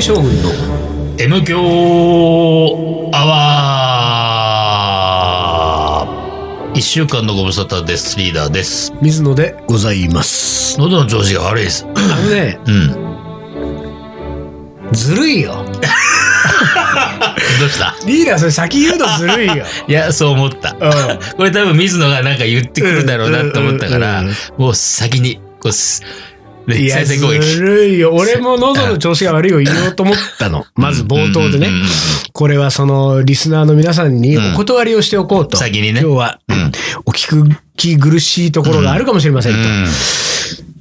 将軍の M 強アワー一週間のご無沙汰です。リーダーです。水野でございます。喉の調子が悪いです。あのねうん。どずるいようしたリーダーそれ先言うのずる いよいや、 そう思った。うんこれ多分水野がなんか言ってくるだろうなと思ったかうらんうんうん、もう先に、こうす、いね、や再ず生攻撃。るいよ俺も喉の調子が悪いを言おうと思ったのまず冒頭でねうんうんうんうんこれはそのリスナーの皆さんにお断りをしておこうと、先にね今日は、んお聞き苦しいところがあるかもしれませんと、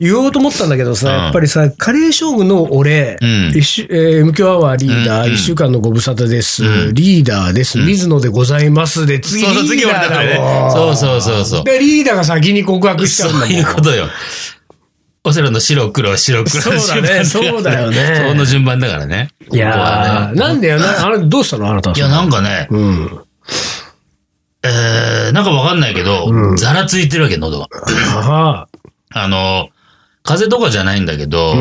言おうと思ったんだけどさ、うんやっぱりさ、カレー将軍の俺、うん一週えー、MQ アワーリーダうー、んうん一週間のご無沙汰です、リーダーです、水野でございますで、次そうそう、リ次ー俺ダだーからねだもん。そうそうそうそう。で、リーダーが先に告白しちゃそうんだも。うんいうことよ。オセロの白黒、白黒のそうだね順番からそうだよねその順番だからね。いやー、なんだよな、あれ、どうしたのあなたは。いや、なんかね、うん。えー、なんかわかんないけど、ざらついてるわけ、喉が。はあの、風邪とかじゃないんだけど、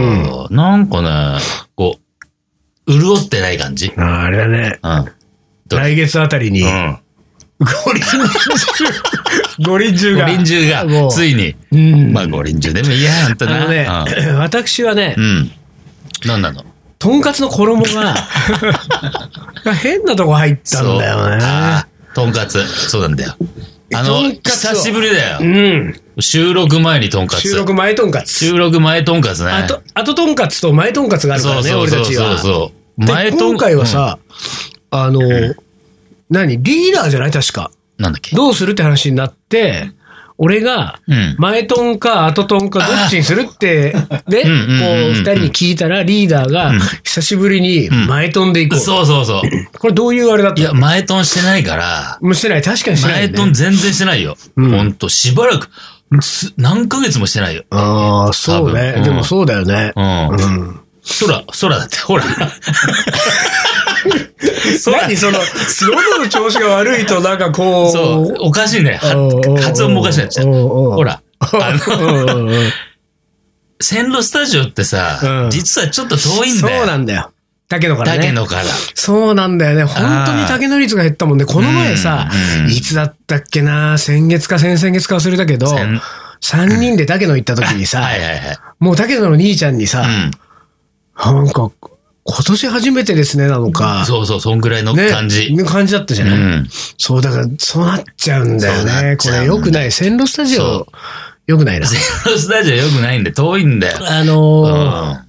なんかね、こう、潤ってない感じ。あ、あれだね。うん。どう来月あたりに、うん。五輪中、五輪中ごが。臨終もが、うついに、うん。まあご臨終でもいいや、ほんとあな。の ね、私はね、うん。うん。なんなのとんかつの衣 が、変なとこ入ったんだよそうね。あーとんかつ。そうなんだよ。あとの、んかつを久しぶりだよう。ん。収録前にとんかつ。収録前とんかつ。収録前とんかつね。あと、あととんかつと前とんかつがあるからね、そう俺そたうちそうは。そう。で、とん今回は、さ、あの、何リーダーじゃない確か。うんなんだっけ。どうするって話になって、俺がうん、前トンか後トンかどっちにする って、ね、こううんうんうんうん、二人に聞いたら、リーダーが、久しぶりに前トンで行こそうそうそう。う。これどういうあれだっいたや、前とんしてないから、もうしてない。確かにしてない前よね。とん全然してないよ。ほんと、しばらく、す何ヶ月もしてないよ。ああ、そう多ね分。うんでもそうだよねう。ん。空、空だって、ほら。何その、喉の調子が悪いとなんかこう。そう、おかしいね。おうおうおはう発音もおかしいなっちゃう。おうおうほら。あうの、んうんうん線路スタジオってうさん、実はちょっと遠いんそうだよ。なんだよ。竹野からね。だけどから。そうなんだよね。本当に竹の率が減ったもんね。この前さうん、いつだったっけな先月か先々月か忘れたけど、先3人で竹野行った時にさは、いはいはい。もう竹野の兄ちゃんにさ、うん。なんか、今年初めてですね、なのか。そうそう、そんぐらいのね感じ。ね感じだったじゃうない、ん。そう、だから、そうなっちゃうんだよそうなっね。こちゃれ、うんだ良くない。線路スタジそオ、良くないな。線路スタジオよくないんで、遠いんだよ。あのーう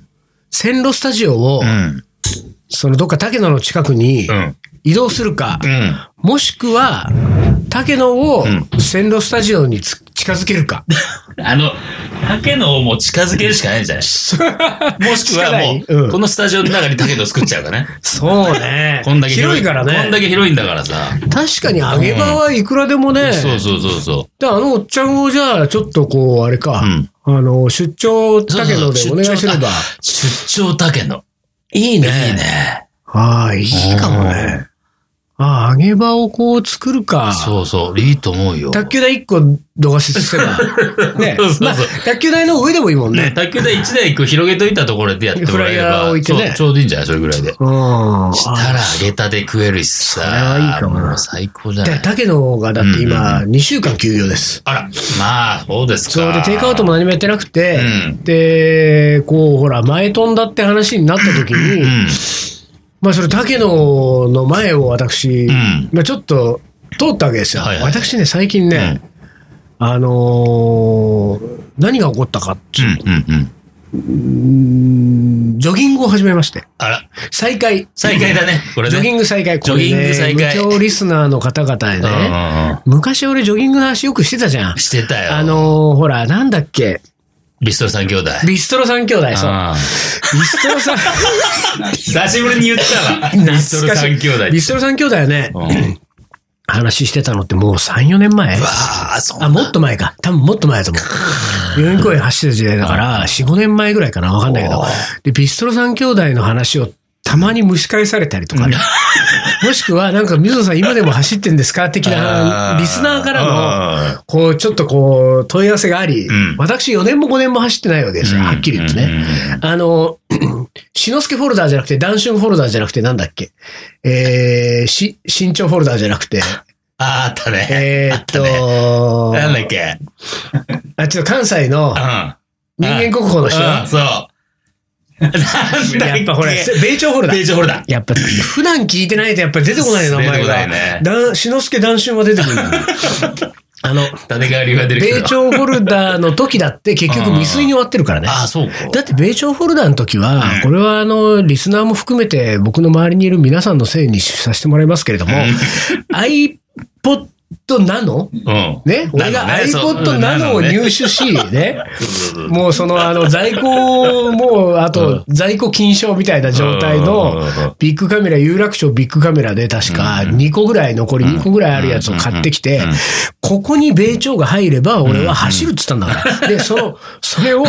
線路スタジオを、ん。その、どっか竹野の近くにうん。移動するかう、ん。もしくは、竹野を線路スタジオにつ近づけるか。あの、竹野をもう近づけるしかないん じゃないもしくはも、しかないううんこのスタジオの中に竹野を作っちゃうか ね。そうね。 こんだけ広広い。いからこんだね。け広いんだからさ。確かに揚げ場はいくらでもね。そうそうそうそで、あのおっちゃんをじゃあ、ちょっとこう、あれか。うんあの、出張う。竹野でお願いすれば。あ出張竹野。いいね。いいね。ああ、いいかもね。ああ、揚げ場をこう作るか。そうそう。いいと思うよ。卓球台1個動画しせ ば。ねそうそう。そうまあ、卓球台の上でもいいもんね、ね。卓球台1台広げといたところでやってもらえフれライヤーば、置いてねそうちょうどいいんじゃないそれぐらいで。うん。したら揚げたて食えるしそさ。れはいいかもなう最高じゃなでい。竹野がだって今、2週間休業です。あら、まあ、そうですか。そうで、テイクアウトも何もやってなくて、うんで、こう、ほら、前飛んだって話になった時に、うん。まあ、それ、竹野の前を私、んまあ、ちょっと通ったわけですよ。はいはい私ね、最近ね、あのー何が起こったかっていううん、うん、うん。ジョギングを始めまして、あら、再開。再開だね。これね。ジョギング再開。これねジョギング再開無教リスナーの方々へうんね、うんうん昔俺ジョギングの話よくしてたじゃん。してたよ。あのーほら、なんだっけ、ビストロ三兄弟。ビストロ三兄弟、そう。あービストロ 三、久しぶりに言ったわ。懐ビストロかしい三兄弟。ビストロ三兄弟はね、うん話してたのってもう3、4年前ああ、そうあ、もっと前か。多分もっと前だと思う。代々木公園走ってた時代だから、4、5年前ぐらいかな。わかんないけど。で、ビストロ三兄弟の話をたまに蒸し返されたりとかね。 もしくは、なんか、水野さん今でも走ってんですか的なあ、ーリスナーからの、の、こう、ちょっとこう、問い合わせがあり、ん私4年も5年も走ってないわけですよ。はっきり言ってね。あの、 しのすけフォルダーじゃなくて、ダンシュンフォルダーじゃなくて、なんだっけ。えー、し、身長フォルダーじゃなくて、 あーあったね。えーっと、あったねなんだっけ。あ、ちょっと関西のう人間国宝の人。ん。うん、そう。なんだっけ。 やっぱほら、米朝フォルダペーー。ジホルダー。やっぱ、普段聞いてないとやっぱり出てこないね、名出て前こないが。ね。だ、しのすけ男春は出てくる。 あの、立川流が出て米きたわ。朝フォルダーの時だって結局未遂に終わってるからね。ああ、そうか。だって米朝フォルダーの時はうん、これはあの、リスナーも含めて僕の周りにいる皆さんのせいにさせてもらいますけれども、iPod Nano? うん。ね、俺がなのねそう iPod うんな Nano のをね入手し、ね、そうそうそうもうそのあの在庫を、もうあと在庫禁止みたいな状態うんのうんうんうんビッグカメラ、有楽町ビッグカメラで確か2個ぐらい残り2個ぐらいあるやつを買ってきてうんうんうん、ここに米朝が入れば俺は走るって言ったんだから。で、その、それを、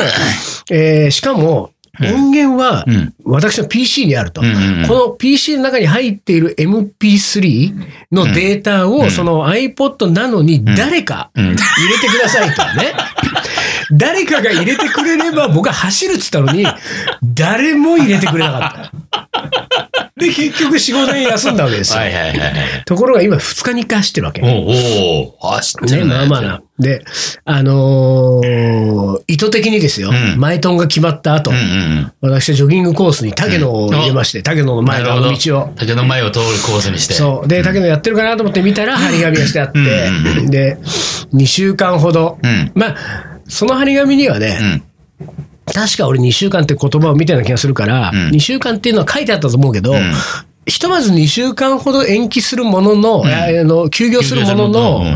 えーしかも音源はうん私の PC にあると。うんうんうんこの PC の中に入っている MP3 のデータをその iPod なのに誰かうんうん入れてくださいとね。誰かが入れてくれれば僕は走るっつったのに、誰も入れてくれなかった。で、結局4、5年休んだわけですよ。はいはいはいはい。ところが今2日に1回走ってるわけ。ね、おうおうあ、知ってるね。まあまあな。で、あのー意図的にですよ、うんマイトンが決まった後、うんうんうん。私はジョギングコースに竹野を入れまして、竹野の前のあの道を。竹の前を通るコースにして。そう。で、竹野やってるかなと思って見たら、張り紙がしてあって、うんうんで、2週間ほど、うん。まあ、その張り紙にはね、うん。確か俺2週間って言葉を見たような気がするから、うん2週間っていうのは書いてあったと思うけど、うんひとまず2週間ほど延期するものの、んああの休業するものの、うん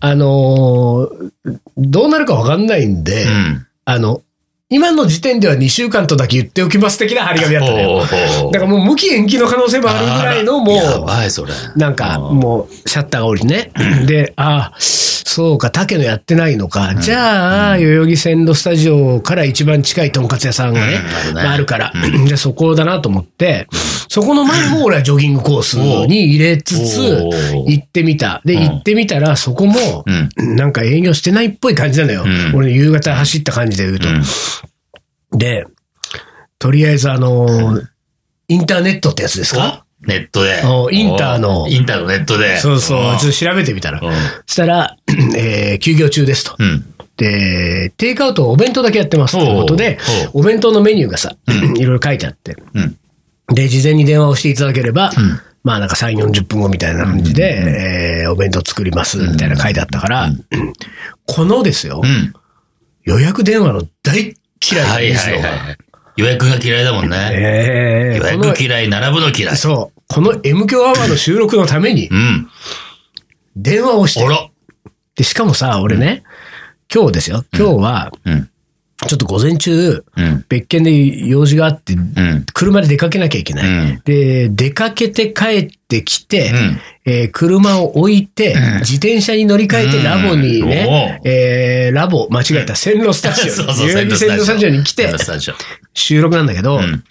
あのーどうなるかわかんないんで、うん。あの、今の時点では2週間とだけ言っておきます的な張り紙だったのよ。おうおうおうだからもう無期延期の可能性もあるぐらいのもやう、ばい、それ。なんかもうシャッターが降りて ね。で、ああ、そうか、竹野やってないのか。じゃあ、代々木線路スタジオから一番近いとんかつ屋さんがね、うんまああるから。 で、そこだなと思って、そこの 前も俺はジョギングコースに入れつつおー、行ってみた。で、うん行ってみたら、そこも、うん。なんか営業してないっぽい感じなのよ。うん俺の夕方走った感じで言うと。で、とりあえずあのーインターネットってやつですかおネットでお。インターのおインターのネットで。そうそう、ちょおっと調べてみたら。うんそしたら、 えー休業中ですと。うん。で、テイクアウトをお弁当だけやってますおとういうことで、お弁当のメニューがさ、 いろいろ書いてあって。うん。で、事前に電話をしていただければ、んまあなんか3、40分後みたいな感じで、えーお弁当作りますみたいな書いてあったから、このですよ、うん。予約電話の大嫌いなんはいですはよ。いはい。予約が嫌いだもんね。え予ーこの約嫌い、並ぶの嫌い。そう、この M 強アワーの収録のためにうん。電話をしてお、ろ。で、しかもさ、俺ね、今日ですよ、今日は、うん。ちょっと午前中、うん。別件で用事があって、うん。車で出かけなきゃいけない。うんで、出かけて帰ってきて、うんえー車を置いて、うん自転車に乗り換えてラボにね、うんえーラボ、間違えた、線路スタジオ、 そうそう代々木線路スタジオに来て線路、スタジオ収録なんだけど、うん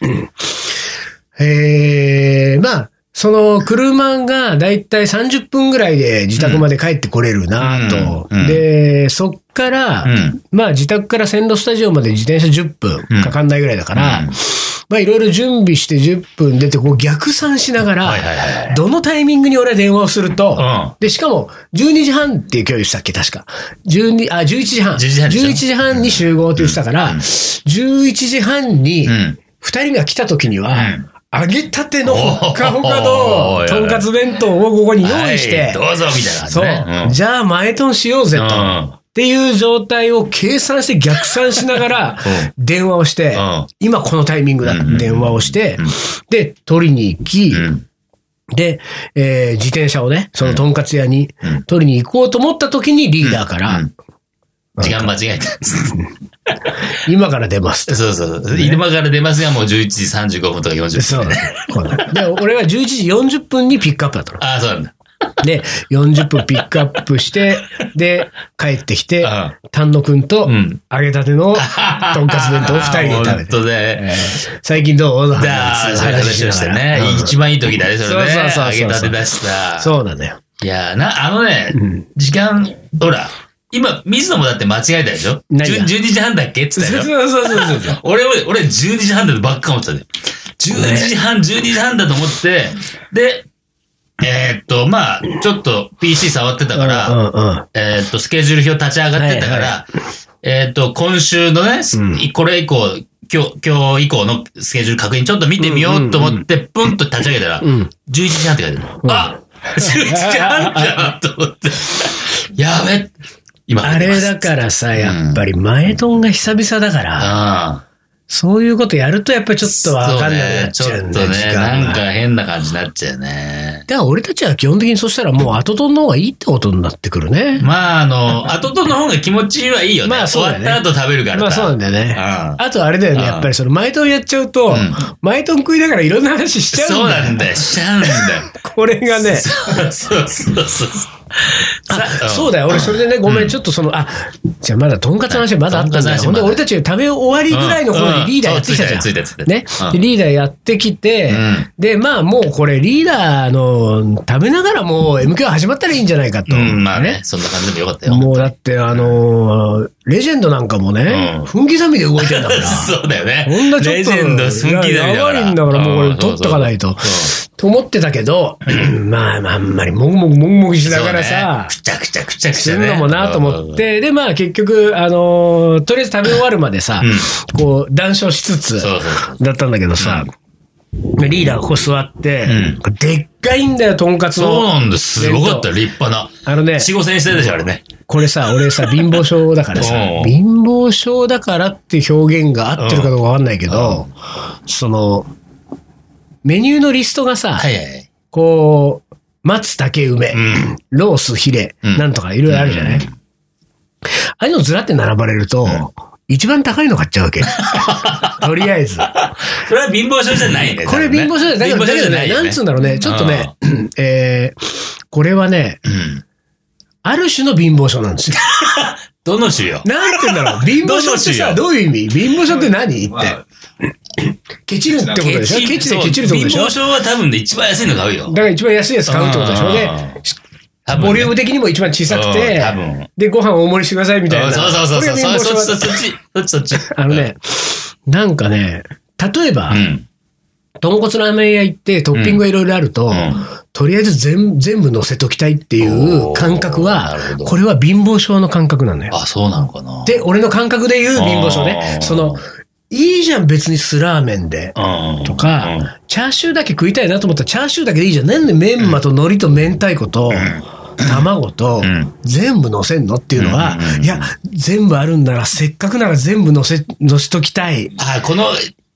えーまあ、その車がだいたい30分ぐらいで自宅まで帰ってこれるなと。うんうんで、そっから、うんまあ自宅から線路スタジオまで自転車10うん分かかんないぐらいだから、うんまあいろいろ準備して10分出てこう逆算しながら、はいはいはいどのタイミングに俺は電話をすると、うんで、しかも、12時半っていう共有したっけ、確か。12、あ、11時半。 11時半でしょ11時半に集合って言ってたから、11時半に、うん二人が来た時には、うん揚げたてのほっかほかのおーとんかつ弁当をここに用意して、はいどうぞみたいな感じそう、ね。じゃあ前トンしようぜと、うっんていう状態を計算して逆算しなが ら電話をして、うん今このタイミングだって電話をして、で、取りに行き、うんうんで、えー自転車をね、そのとんかつ屋に取りに行こうと思った時にリーダーから、うん時間間違えた。今から出ますと。そうそうそう。今から出ますが、もう11時35分とか40分。そう。こう で、俺は11時40分にピックアップだったの。ああ、そうなんだ。で、40分ピックアップして、で、帰ってきてあ、丹野くんとうん、揚げたて のとんかつ弁当を二人で食べ本て、当ね。最近どうのじゃあ、そういう話をしてね。一番いい時だね、それね。そうそうそうそう揚げたてだしさ。そうなんだよ。いやーな、あのねうん、時間、ほら、今、水野もだって間違えたでしょ何が ?12 時半だっけって言ったそうでしょそう そうそうそう。俺も、俺12時半だとばっか思ってたね。12時半、12時半だと思って、で、えーっと、まあ、ちょっと PC 触ってたから、うんうん。えーっと、スケジュール表立ち上がってたから、えーっと、今週のね、すうんこれ以降、今日、今日以降のスケジュール確認ちょっと見てみようと思って、プンと立ち上げたら、ん11時半って書いてある。あ !11 時半だと思って。やべ今、あれだからさ、やっぱり前トンが久々だから、ああ。そういうことやるとやっぱりちょっとわかんなくなっちゃうんだそよ、うね時ちょっとね、間なんが。か変な感じになっちゃうね。だから俺たちは基本的にそしたらもう後との方がいいってことになってくるね。まあ、あの、後との方が気持ちはいいよね。まあそうだね終わった後食べるからさ。まあそうなんだよね。あとあれだよね、うんやっぱりその前トンやっちゃうと、ん前トン食いながらいろんな話しちゃそううんだよ。なんだよ。しちゃうんだよ。これがね。そうそうそうそう。あさそうだよ。俺、それでね、ごめん、ちょっとその、あ、じゃあまだ、とんかつの話まだあったんだうよ。んとほんで、んかつの話まだ俺たち食べ終わりぐらいの頃うにんリーダーやってきたじゃうんんそうついたついたつい。たねうん。でリーダーやってきてうん、で、まあ、もうこれ、リーダーの、食べながらもう MQ 始まったらいいんじゃないかと。うん、まあね、そんな感じでもよかったよ。もうだって、あのー、レジェンドなんかもねう、ん分刻みで動いてんだから。 そうだよね。こんなちょっと、レジェンド、すんきだやばいんだから、もうこれ取っとかないと。と思ってたけ ど、まあ、まああんまり、もぐもぐもぐもぐしながらさ、くちゃくちゃくちゃくすちゃるね。のもなと思って、で、まあ結局、あのーとりあえず食べ終わるまでさ、こう、談笑しつつ、そうそうそう。だったんだけどさ、リーダーがここ座って、でっかいんだよ、とんかつそうの。なんです。すごかったよ、立派な。あのね、四五千円してるでしょ、あれね。これさ、俺さ、貧乏症だからさう、ん貧乏症だからって表現が合ってるかどうかわかんないけど、その、メニューのリストがさ、はいはいはい。こう、松竹梅、うん。ロースヒレ、うんなんとかいろいろあるじゃない、ああいうのずらって並ばれると、一番高いの買っちゃうわ け。とりあえず。それは貧乏症じゃないね。これ貧乏症だ多よ。だ分けねどね、なんつうんだろうね、ちょっとね、えーこれはね、うん。ある種の貧乏症なん ですよ。どの種よ。なんて言うんだろう。貧乏症ってさ、どういう意味貧乏症って何って。ケチるってことでしょケチでケチるってことでしそょう貧乏症は多分ね、一番安いの買うよ。だから一番安いやつ買うってことでしょで、多分ねボリューム的にも一番小さくうんて多分、で、ご飯大盛りしてくださいみたいうんな。そうそうそうそう。これが貧乏症そだそっちそっちそっちそっちそっち。あのね、なんかね、例えばう、ん。豚骨ラーメン屋行ってトッピングがいろいろあると、んとりあえず全全部乗せときたいっていう感覚おはーなるほど、これは貧乏症の感覚なのよ。あ、そうなのかな。で、俺の感覚で言う貧乏症ねあ。ーその、いいじゃん別に酢ラーメンで。うん、とか、うんチャーシューだけ食いたいなと思ったらチャーシューだけでいいじゃん。なんでメンマと海苔と明太子と、卵とうん全部乗せんのっていうのは、うんうんうんいや、全部あるんならせっかくなら全部乗せ、乗しときたい。あ、この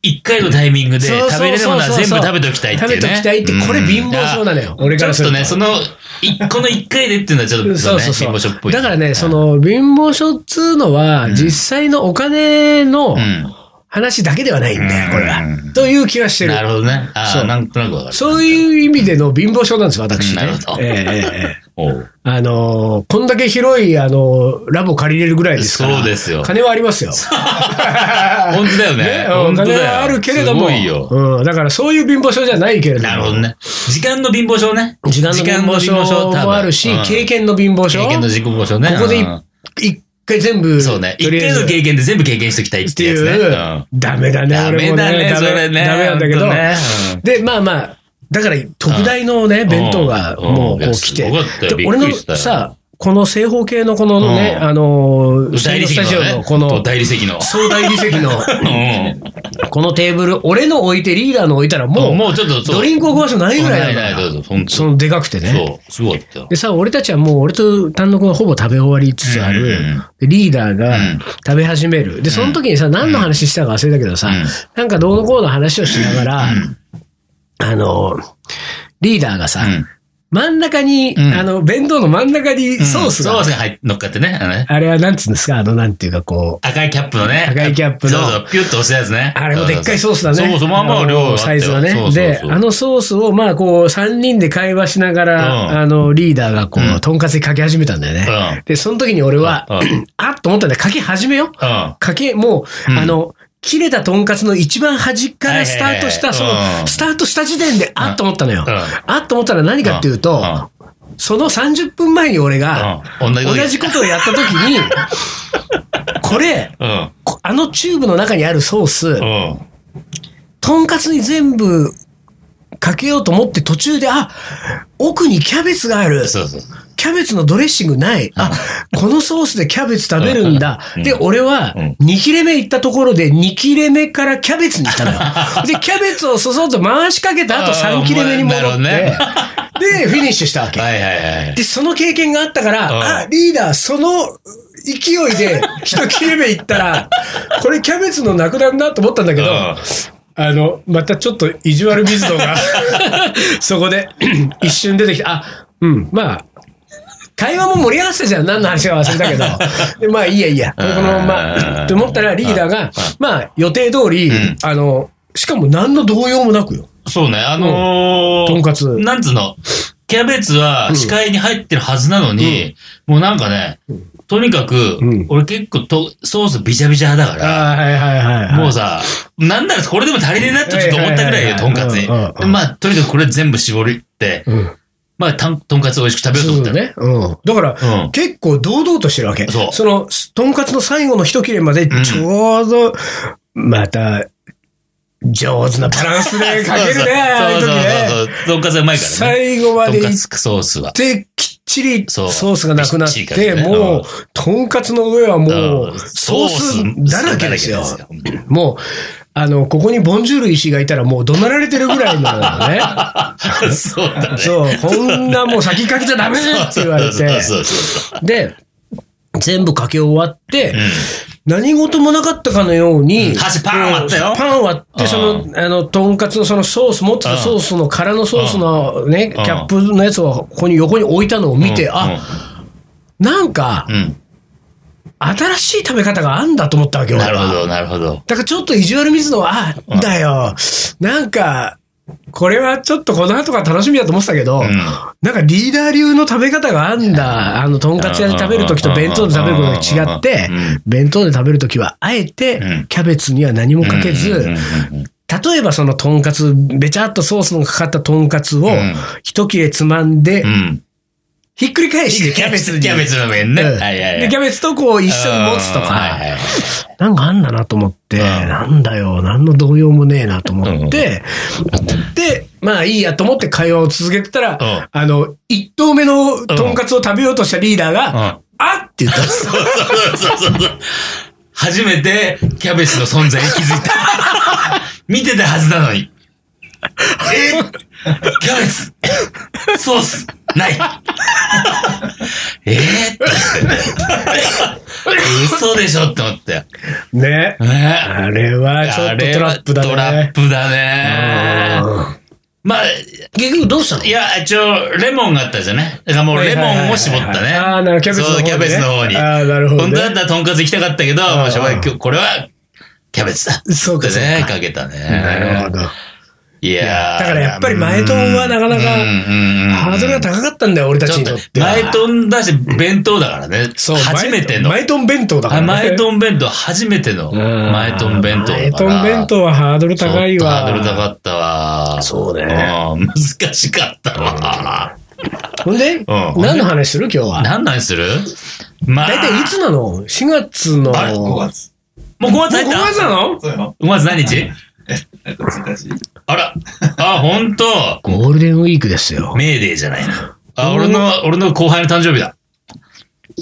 一回のタイミングでそうそうそうそう食べれるものは全部食べておきたいっていう、ね。食べておきたいってこれ貧乏症なのようん俺からするとちょっとね、その、いこの 一回でっていうのはちょっと、ね、そうそうそう。貧乏症っぽい。だからね、その、貧乏症っつうのは、実際のお金のうん。話だけではないんだよ、これうんは。という気がしてるな。るほどね。あそうあ、なんとなくわかる。そういう意味での貧乏症なんです、私、ね。なるほどえええええ えおうあのーこんだけ広い、あのーラボ借りれるぐらいですから。そうですよ金はありますよ。本本当だよね。うん本当金だはよ。あるけれども。すごいよ。うん。だからそういう貧乏症じゃないけれども。なるほど。ね。時間の貧乏症ね。時間の貧乏症もあるし、経験の貧乏症。経験の自己乏症ね。ここでいうん一回全部、そうね。一とりあえ回ずの経験で全部経験しておきたいっっててやいつね。う、うんダメだね、ダメだね俺もダメそれねダメなんだけほど、んとねうんで、まあまあ、だから特大のね、弁当がうんもういこうや来て、すごかったよでびっ俺くのりしたよさ、この正方形のこのね、うんあのー、大理石スのタジオのね。この、大理石の。総大理石 の、うんこのテーブル、俺の置いてリーダーの置いたらもう、もうちょっとそうドリンクを壊すのないぐらいなないんなだいよどうぞ本当そのでかくてね。そう、すごいって。でさ、俺たちはもう俺と丹野くんはほぼ食べ終わりつつある、うんうんうんでリーダーがうん食べ始める。で、その時にさ、何の話したか忘れたけどさ、うんなんかどうのこうの話をしながら、あの、リーダーがさ、うん真ん中に、うんあの、弁当の真ん中にソースが、ソースが入っ乗っかってね。あのねあれはなんつうんですかあの、なんていうかこう、赤いキャップのね。赤いキャップのそうそう、ピュッと押したやつね。あれもでっかいソースだね。そうそう、まあまあの量があったよサイズはねそうそうでそ、うあのソースを、まあこう、3人で会話しながら、うんあの、リーダーがこう、うんとんかつにかけ始めたんだよね。うんで、その時に俺は、うん あっと思ったんだよ。かけ始めよう。うん。かけ、もう、うんあの、切れたとんかつの一番端からスタートした、はいそはいはいの、うんスタートした時点で、あっと思ったのよ。うんあっと思ったら何かっていうと、その30分前に俺が、うん同じこと同言うじことをやった時に、これ、うん。こあのチューブの中にあるソースう、ん。とんかつに全部かけようと思って途中で、あ、奥にキャベツがある。そうそう。キャベツのドレッシングない。あ、このソースでキャベツ食べるんだ。うんで、俺はうん2切れ目行ったところで2切れ目からキャベツにしたのよ。で、キャベツをそそっと回しかけた後 あー3切れ目に戻なるほって、どねで、フィニッシュしたわけ。はいはいはい。で、その経験があったから、うんあ、リーダー、その勢い で一切れ目いったら、これキャベツのなくなるなと思ったんだけど、うんあの、またちょっと意地悪水道が、 そこで 一瞬出てきた。あ、うん、まあ、会話も盛り合わせじゃん。何の話か忘れたけ ど。でまあ、いいやいいや。こうんのまま、って思ったらリーダーが、まあ、予定通りん、あの、しかも何の動揺もなくよ。そうね、あのーうんとんかつなんつうの、キャベツは視界に入ってるはずなのに、もうなんかね、とにかく、うん俺結構とソースビチャビチャ派だから、あ、はいはいはいもうさ、なんならこれでも足りねえなってちょっと思ったぐらいよ、はいとはいんはいかつに。うんうんうんでまあ、とにかくこれ全部絞りって、うん。まあ、たんとんかつ美味しく食べようと思ったね。ね。うん。だから、うん結構堂々としてるわけ。そうの、とんかつの最後の一切れまで、んちょうど、また、上手なバランス でかけるね、ああいうそう時そうね。そうそう。とんかつはうまいからね。最後まとでんか行っつソースは。て、きっちりソそうースがなくなっきっちりて、かけてねもうんう、とんかつの上はもうう、んソースだらけですよ。ソースだらけですよもう、あの、ここにボンジュール石がいたらもう怒鳴られてるぐらいの ね。そうだね。そう、こんなもう先かけちゃダメって言われて。そうそうそうそう。で、全部かけ終わって、うん何事もなかったかのように、うん箸パーン割ったよパン割って、その、あの、とんかつのそのソース、持ってたソースの空のソースのね、キうんャップのやつをここに横に置いたのを見て、あ、、なんかう、んうん。新しい食べ方があんだと思ったわけよ。なるほ俺はど、なるほど。だからちょっと意地悪水野は、あ、だよ、なんか、これはちょっとこの後が楽しみだと思ってたけど、うんなんかリーダー流の食べ方があんだ。あの、とんかつ屋で食べるときと弁当で食べることが違ってうん、弁当で食べるときはあえうてん、キャベツには何もかけうんうんうずん、うん例えばそのとんかつ、べちゃっとソースのかかったとんかつをん一切れつまんでう、ん。ひっくり返してキャベツに。キャベツの面ね。うはんいはいはい。で、キャベツとこう一緒に持つとうんはいはいかはい、なんかあんだなと思って、んなんだよ、何の動揺もねえなと思って、で、まあいいやと思って会話を続けてたうんら、あの、一頭目のとんかつを食べようとしたリーダーが、うんあっって言ったんですよ。そうそうそうそう。初めてキャベツの存在に気づいた。 見てたはずなのに。えキャベツソースないえーって思って。嘘でしょって思って。ね。ねあれはちょっとトラップだね。あれはトラップだね。まあ、結局どうしたのいや、一応、レモンがあったじゃんね。だからもうレモンを絞ったね。ああー、なるほど、キャベツの方そうに、ね。キャベツの方に。ああ、なるほど、本当だっね。たらとんかつ行きたかったけど、んもうしょうがない。今日これは、キャベツだ。そうかそうかね、かけたね。なるほど。いやーだからやっぱり前トンはなかなかうんうんうんハードルが高かったんだよ、俺たちにちとょっってと、は。前トンだし、弁当だからね。そう、初めての。マイトン弁当だから、あね。前トン弁当、初めての。うん前トン弁当マイだかトら。ン弁当はハードル高いちょっわ。とハードル高かったわ。そうねうん難しかったわ。 ほんで、何の話する今日は。何なんするまあ。大体いつなの ?4 月の。あれもう五5月。もう5月入った月なのそうよ。 5月何日えっと、1日。あら。あ、ほんと。ゴールデンウィークですよ。メーデーじゃないな。あ、俺の、俺の後輩の誕生日だ。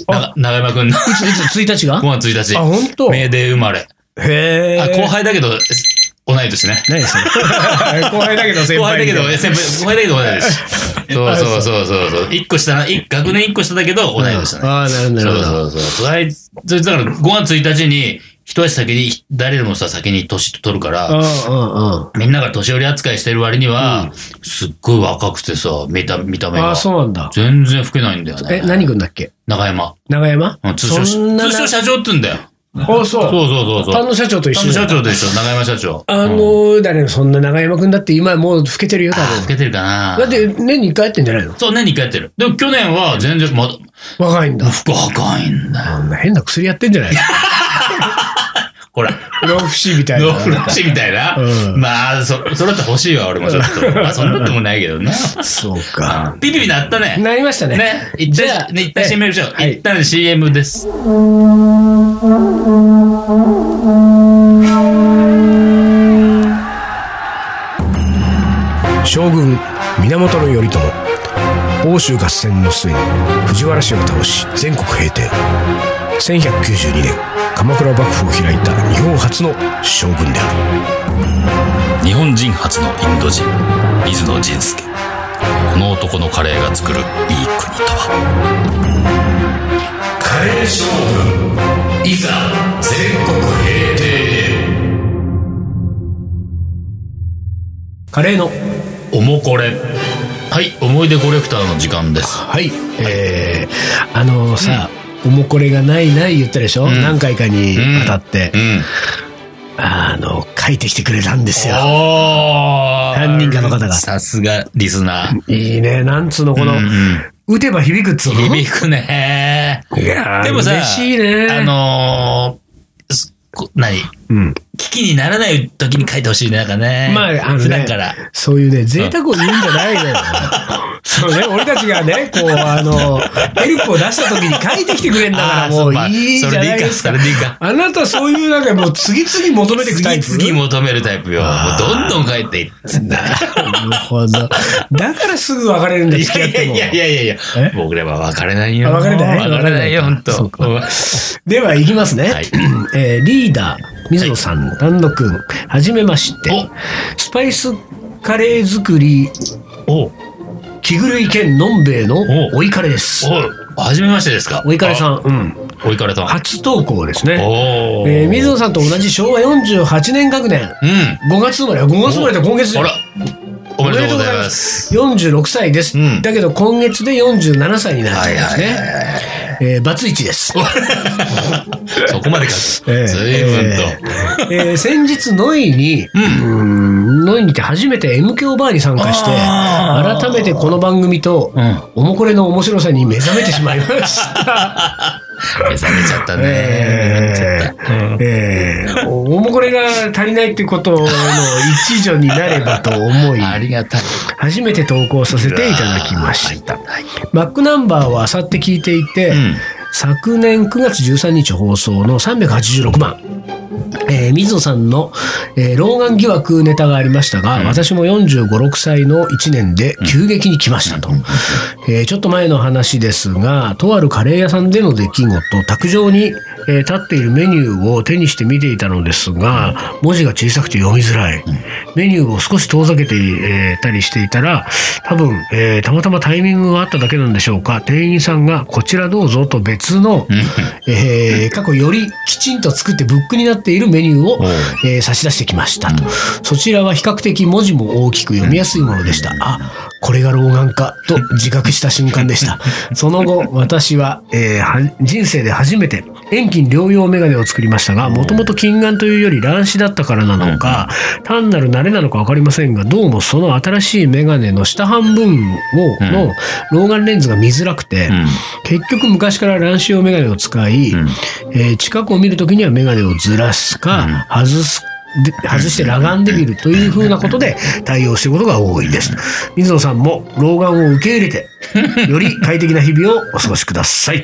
な長 山くんのいつ、いつ、1日が5月1日。あ、ほんとメーデー生まれ。へえ。あ、後。輩だけど、同い年ね。何それ後輩だけど先輩。 後輩だけど、先輩、後輩だけど同い年。 そうそうそうそうそう。一個下な、一学年一個下だけど、同い年だね。ああ、なるほど、なるほど。そうそうそう。あいつ、そいつだから5月1日に、一足先に、誰でもさ、先に年取るから、うんうんうん。みんなが年寄り扱いしてる割には、すっごい若くてさ、見た、見た目あがあ、。そうなんだ。全然老けないんだよね。え、何君だっけ中山。長山うん通称、そんなな通称社長って言うんだよ。ああ、そそうう。そうそうそパンう。の社長と一田緒野に社長でしょ、中山社長。あうん、の、誰の、そんな長山君だって今もう老けてるよ、多あー老分。けてるかな。だっ、て年に1回やってんじゃないのそう、年に一回やってる。でも去年は全然、まだ、若いんだ。服赤いんだよ。 あんな変な薬やってんじゃないこほら。老夫子みたいノな。ーフラッシュみたいな。うんまあ、そ、それだって欲しいわ、俺もちょっと。まあ、そんなこともないけどね。そうか。ピピピなったね。なりましたね。ね。一じゃあ旦、ね、一旦 CM やりましょう。はい一旦 CM です。将軍源頼朝欧州合戦の末に藤原氏を倒し全国平定1192年鎌倉幕府を開いた日本初の将軍である日本人初のインド人水野仁介この男のカレーが作るいい国とはカレー将軍、いざ、全国平定カレーのおもこれ。はい、思い出コレクターの時間です。はいえー、あのさ、おもこれがないない言ったでしょ、ん何回かに当たって、うん。あの書いてきてくれたんですよおー何人かの方がさすが、リスナー。いいねなんつうのこの、うんうん打てば響くっつうの響くねいやーでもさ、嬉しいねあのーすこ何うん危機にならない時に書いてほしいね、なんかね。まあ、あのね、普段から。そういうね、贅沢を言うんじゃない のよ。そうね、俺たちがね、こう、あの、ヘルプを出した時に書いてきてくれんだかあら、ーそもううまあいいじゃないですそかれ。でいいかあなたそういうなんかもう次々求めてくタイプ次々求めるタイプよ。もあうーどんどん書いていってんだ。なるほど。だからすぐ別れるんだ、い付き合やっいやてもい。やいやいやいやえ僕らは別れないよ。あ別れない別れないよ、ほんと。そうかうんでは、いきますね。はい えーリーダー、水野さん、丹野くん、はじめましてお。スパイスカレー作り、おう着ぐるい兼のんべえのおおいかれです。おうはじめましてですかおいかれさん。ん、うん。あおいかれさん。初投稿ですね。おーえー、水野さんと同じ昭和48年学年。うん。 5月生まれ、5月生まれって今月であら、おめでとうございます。 46歳です、うんだけど今月で47歳になっちゃうんですね。はいえーバツイチです。そこま で書く。随分と。と。えー先日、ノイに、うーん、ノイにて初めて M 響バーに参加して、あー改めてこの番組と、うんおもこれの面白さに目覚めてしまいました。目覚めちゃったね。目覚めちゃえっーえー、おおもこれが足りないってことの一助になればと思いたありがたい。初めて投稿させていただきましたバックナンバーはあさって聞いていて、ん昨年9月13日放送の386番えー水野さんの、えー老眼疑惑ネタがありましたが、私も4 5 6歳の1年で急激に来ましたと、えーちょっと前の話ですがとあるカレー屋さんでの出来事卓上に、えー立っているメニューを手にして見ていたのですが文字が小さくて読みづらいメニューを少し遠ざけて、えーたりしていたら多分、えーたまたまタイミングがあっただけなんでしょうか店員さんが「こちらどうぞ」と別の、えー過去よりきちんと作ってブックになっているメニューをおう、えー差し出してきましたと、そちらは比較的文字も大きく読みやすいものでした、あこれが老眼かと自覚した瞬間でした その後私は,、えーは人生で初めて遠近両用メガネを作りましたがもともと近眼というより乱視だったからなのか単なる慣れなのか分かりませんがどうもその新しいメガネの下半分をの老眼レンズが見づらくて、結局昔から乱視用メガネを使い、えー近くを見るときにはメガネをずらすか、外すで外して裸眼で見るというふうなことで対応していることが多いです。水野さんも老眼を受け入れ て、より快適な日々をお過ごしください。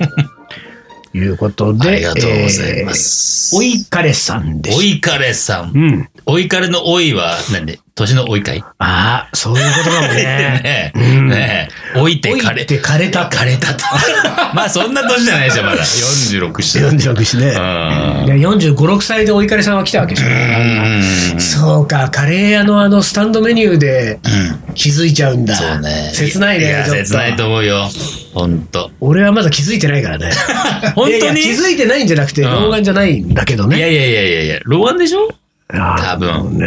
ということで、ありがとうございます。えーおいかれさんでおしいかれさ。た。うんん。おいかれのおいは、なんで、年のおいかいああ、そういうことかも ね。ねんねおいておいかれっ。て枯れた。枯れたと。 まあ、そんな年じゃないでし ょ、まだ。46してる。 46ですね。いんや45、6歳でおいかれさんは来たわけでしょ。うん。そうか、カレー屋のあのスタンドメニューでうん気づいちゃうんだ。そうね。切ないね、やちょっと。切ないと思うよ。ほんと。俺はまだ気づいてないから ね。本当にいやいや気づいてないんじゃなくて、うん老眼じゃないんだけどいやね。いやいやいやいや、老眼でしょ多あ分。のね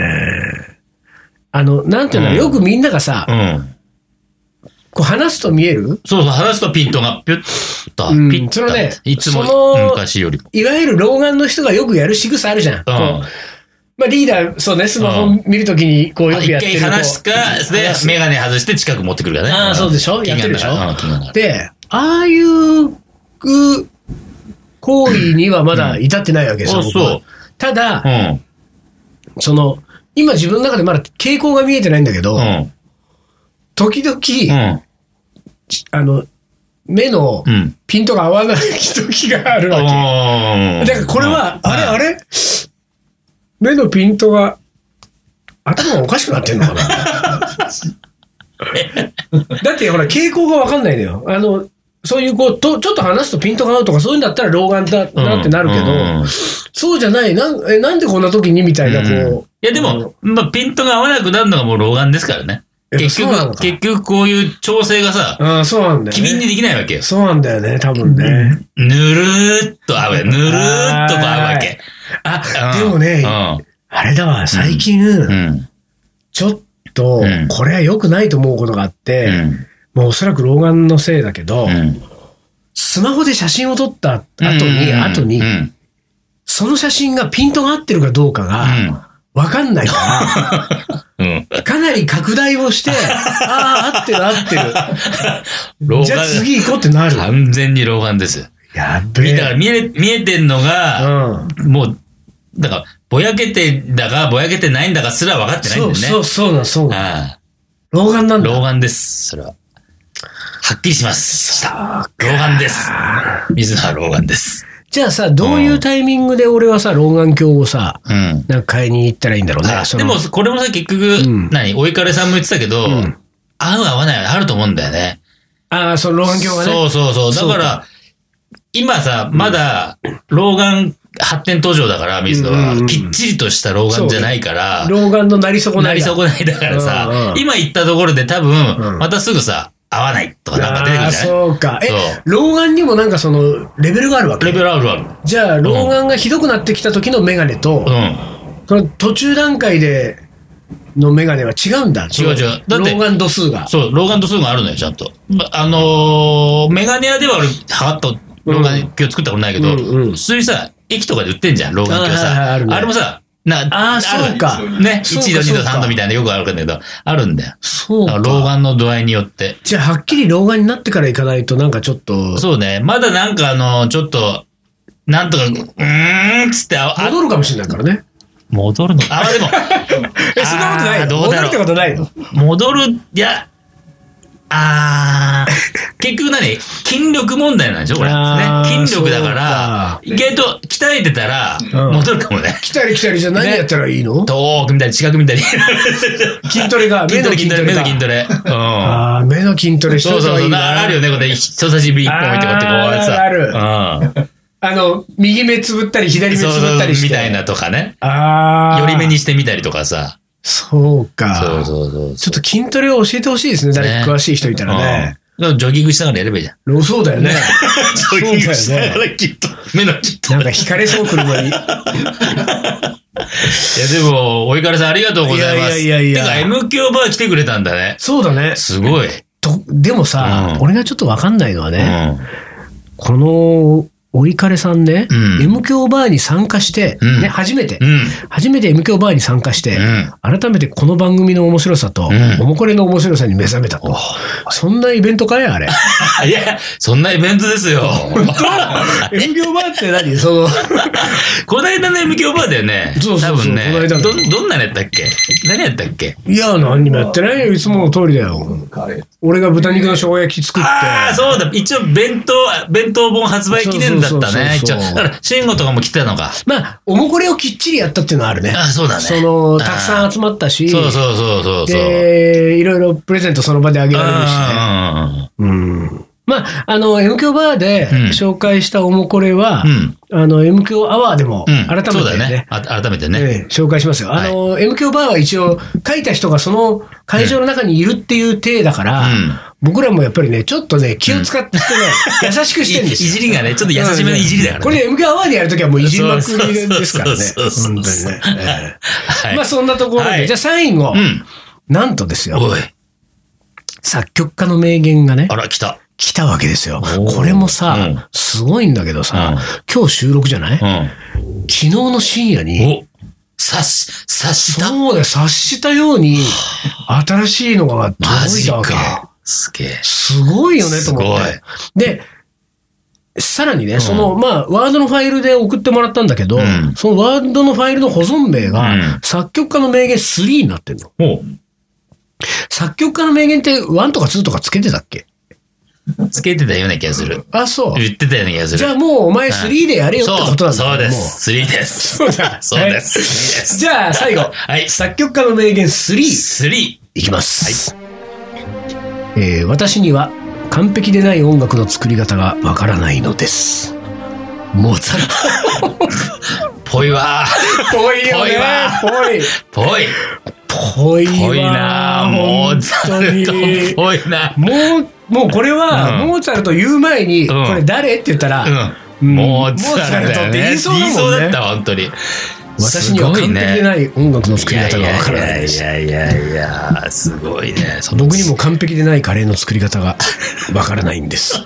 あの、なんていうの、うんよくみんながさう、ん。こう話すと見えるそうそう、話すとピントがピュッと、うんピッそとれねいつもその昔よりも。いわゆる老眼の人がよくやる仕草あるじゃん。こう。うんまあリーダー、そうね、スマホ見るときにこうよくや一って回る。話すかこう、で話、すメガネ外して近く持ってくるからね。ああ、そうでしょ気やにってなるるでしょうん気になるで、ああいうく行為にはまだ至ってないわけですよ。あ、僕はそう。ただ、うん。その、今自分の中でまだ傾向が見えてないんだけど、うん。時々、うん。あの、目のうん。ピントが合わない時があるわけ。あだからこれは、あれあれれ目のピントが、頭がおかしくなってんのか なだってほら、傾向がわかんないのよ。あの、そういうこう、と、ちょっと話すとピントが合うとか、そういうんだったら老眼だなってなるけど、そうじゃない、なん、え、なんでこんな時にみたいな、こう。いやでも、まあ、ピントが合わなくなるのがもう老眼ですからね。やっぱ結そうなの局、か結局こういう調整がさ、ああ、そうなんだよ、機ね。敏にできないわけよ。そうなんだよね、多分ね。ぬるーっと合うわけ。ぬるーっとこう合うわけ。あ、うでんもね、あれだわ、最近、うん。うん。ちょっとうん、これは良くないと思うことがあって、うん。まあおそらく老眼のせいだけど、うん。スマホで写真を撮った後に、うん後にう、ん。その写真がピントが合ってるかどうかが、わかんないかうん。 ら、かなり拡大をして、ああ、合ってる合って老る。眼。じゃあ次行こうってなる。完全に老眼ですよ。やべだからえ。見え、見えてんのが、うん。もう、だから、ぼやけてんだか、ぼやけてないんだかすら分かってないんだそうよそね。うそうなの、そうなの。あ老眼なあんだ。老眼です、それは。はっきりします。した。老眼です。水野は老眼です。じゃあさ、どういうタイミングで俺はさ、老眼鏡をさ、うん。なんか買いに行ったらいいんだろうねあ。そでのも、、これもさ、結局、ん何お怒りさんも言ってたけど、ん合う合わないあると思うんだよね。ああ、その老眼鏡がね。そうそうそう。だから、今さ、まだ、老眼発展途上だから、水野は、うんうんうんきっちりとした老眼じゃないから、老眼のなり損ないだ。なり損ないだからさ、うんうん今言ったところで多分、うんまたすぐさ、合わないとかなんか出てくあるあ、じゃないそうか。えそう、老眼にもなんかその、レベルがあるわけレベルあるある。じゃあ、老眼がひどくなってきた時のメガネと、うん。その途中段階でのメガネは違うんだ。違う違うそのだって老眼度数が。そう、老眼と数があるのよ、ちゃんと。まあのー、メガネ屋では俺、はっと老眼鏡作ったことないけど、うんうんうん普通にさ、駅とかで売ってんじゃん、老眼あはい鏡はいさ。ああるねれもさ、なあーそうかるね、そうか1度、2そ度、うか3度みたいなよくあるんだけど、あるんだよ。そうだかから老眼の度合いによって。じゃあ、はっきり老眼になってから行かないと、なんかちょっと、そうね、まだなんかあのー、ちょっと、なんとか、うーんっつって、あ、あ戻るかもしれないからね。戻るのあ、でも、え、そんなことないあーのどう戻だるろってうことないの戻る、いや、あ ー、結局何筋力問題なんでしょこれ。あーね。筋力だから、意外と鍛えてたら、うん戻るかもね。来たり来たりじゃ何やったらいいの遠く見たり、近く見たり。筋トレが、 筋目トのレ、筋筋トトレレ、目かの。筋トレ。うん。ああ、目の筋トレしてそうそうそう、なあるよね、これ、人差し指一本置いてこうやってこうやってさ。あるうん。あの、右目つぶったり、左目つそうそぶうったりしそう、て。みたいなとかね。ああ。寄り目にしてみたりとかさ。そうか。そうそうそう。ちょっと筋トレを教えてほしいですね。誰ねか詳しい人いたうんらね。だからジョギングしながらやればいいじゃん。ロそうだよ ね。ジョギングしながらきっ と、目のきっとなんか惹かれそう車に。いや、でも、おいかれさんありがとうございます。いやいやいやいやてか、M 響バー来てくれたんだね。そうだね。すごい。とでもさ、うん俺がちょっとわかんないのはうね、ん。この、おいかれさんね、うん M 響バーに参加して、うんね、初めて、うん。初めて M 響バーに参加して、うん改めてこの番組の面白さと、うんおもこれの面白さに目覚めたと。そんなイベントかい あれ。あいや、そんなイベントですよ。 M 響バーって何その、 こないだの M 響バーだよね。そうそうそう多分ねこないだ。のど、どんなのやったっけ何やったっけいや、何にもやってないよ。いつもの通りだよ。俺が豚肉の生姜焼き作って。ああ、そうだ。一応、弁当、弁当本発売記念だったね。そうそ一応。うそうそうだから、慎吾とかも来てたのか。まあ、おもこれをきっちりやったっていうのはあるね。ああ、そうだね。その、たくあさあん集まったし、そうそうそうそうそう。で、いろいろプレゼントその場であげられるしね。あうんまあ、あの、M 響バーでうん紹介したおもこれは、うんあの、M 響アワーでも、ーうん。改めてそうだねね。。あ改めてね。ええ紹介しますよ。あの、M 響バーは一応、書いた人がその会場の中にいるっていう体だから、うん僕らもやっぱりね、ちょっとね、気を使ってね、優しくしてるんいいです よ。じりがね、ちょっと優しめのいじりだからね。これ M 響アワーでやるときはもういじりまくりですからね。そうそうそ本う当そにうね。ええはい。まあそんなところで、はいじゃあ最後、うん。なんとですよ、おい。作曲家の名言がねあ、ら、来た。来たわけですよお。ーこれもさ、うんすごいんだけどさ、うん今日収録じゃない、う昨ん。日の深夜に、お、察し、察した。そうだよ、察したように、新しいのがマ届いジたわけ。か。すげえ。すごいよね、と思って。で、さらにね、その、まあ、ワードのファイルで送ってもらったんだけど、んそのワードのファイルの保存名が、うん作曲家の名言3になってんの。も作曲家の名言って1とか2とかつけてたっけう、つけてたような気がする。あ、そう。言ってたような気がする。じゃあもうお前3でやれよってことなんだそうそうでもす。3です。そうだ そうです。3です。 じゃあ最後、はい作曲家の名言3。 3。いきます。えー私には完璧でない音楽の作り方がわからないのです。モーツァルぽいわー。ト。ぽいよねぽい。ぽい。ぽいわ。ぽいなー。モーツァルト本当にぽいな。もう、もうこれは、うんモーツァルト言う前に、うんこれ誰って言ったら、うん。もモうーツァルトモーツァルトっってて言言いいそうだもんねそうだったわ、本当に。私には完璧でない音楽の作り方がわからないですい。やいやいやいや、すごいね。その僕にも完璧でないカレーの作り方がわからないんです。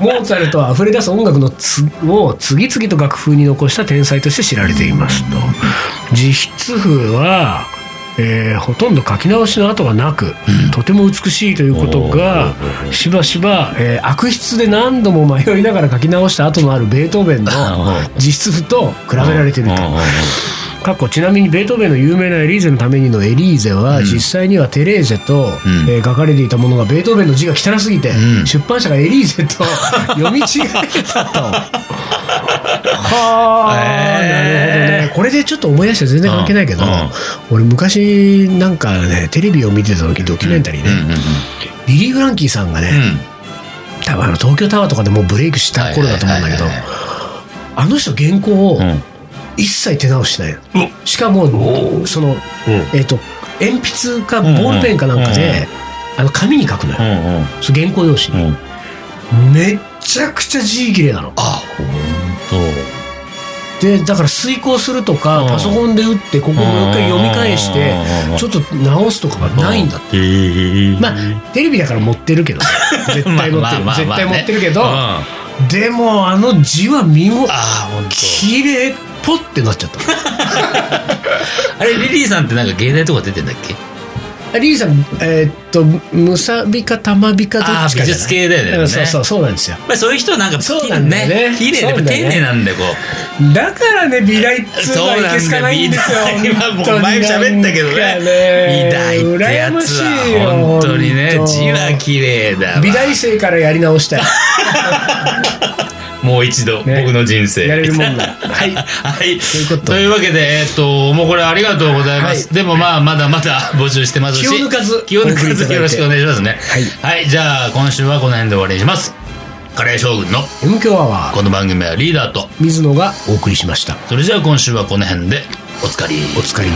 モーツァルトは溢れ出す音楽のつを次々と楽風に残した天才として知られていますと。実質譜は、えーほとんど書き直しの跡がなく、とても美しいということがしばしば、えー悪質で何度も迷いながら書き直した跡のあるベートーベンの実質譜と比べられていると。かっこちなみにベートーベンの有名なエリーゼのためにのエリーゼは実際にはテレーゼと、んえー書かれていたものがベートーベンの字が汚すぎて、うん出版社がエリーゼ と読み違えたと。はあ、へーなるほどねこれでちょっと思い出して全然関係ないけど、うんうん俺昔なんかねテレビを見てた時ドキュメンタリーね、うんうんうんビリー・フランキーさんがね、多分あの東京タワーとかでもうブレイクした頃だと思うんだけど、はいはいはいあの人原稿を、うんうん一切手直しないのうしかもその、えっと鉛筆かボールペンかなんかで、うんうんあの紙に書くのよ、うんうんそう原稿用紙に、うんめっちゃくちゃ字綺麗なのあ本当でだから遂行するとか、うんパソコンで打ってここもう一回読み返して、ちょっと直すとかがないんだって、てまあテレビだから持って るけどね絶対持ってる絶対持ってるけど、あでもあの字は見事あ本当綺麗っぽってなっちゃったあれリリーさんってなんか芸大とか出てんだっけリリーさん、えーっと、むさびかたまびかどっああち美かじゃ術ない系だよねそうそう、そうなんですよ。まあそういう人はなんかそうなんだよね綺麗そうでだね丁寧なんでこだからね、美大っうつうのはいけすかないんですよ。美大は本も当にう前も喋ったけどねなんか美大ってや羨まつしいよは本当にね字は綺麗だわ美大生からやり直したい。もう一度僕ねの人生やれるもんなら。はい。 はい。ということというわけで、えっと、もうこれありがとうございます。はでもまあ、まだまだ募集してますし。気を抜かず気を抜かずよろしくお願いしますね。はいはい。じゃあ、今週はこの辺で終わりにします。カレー将軍の M 強アワー、この番組はリーダーと、水野がお送りしました。それじゃあ今週はこの辺で、おつかり。お疲れに。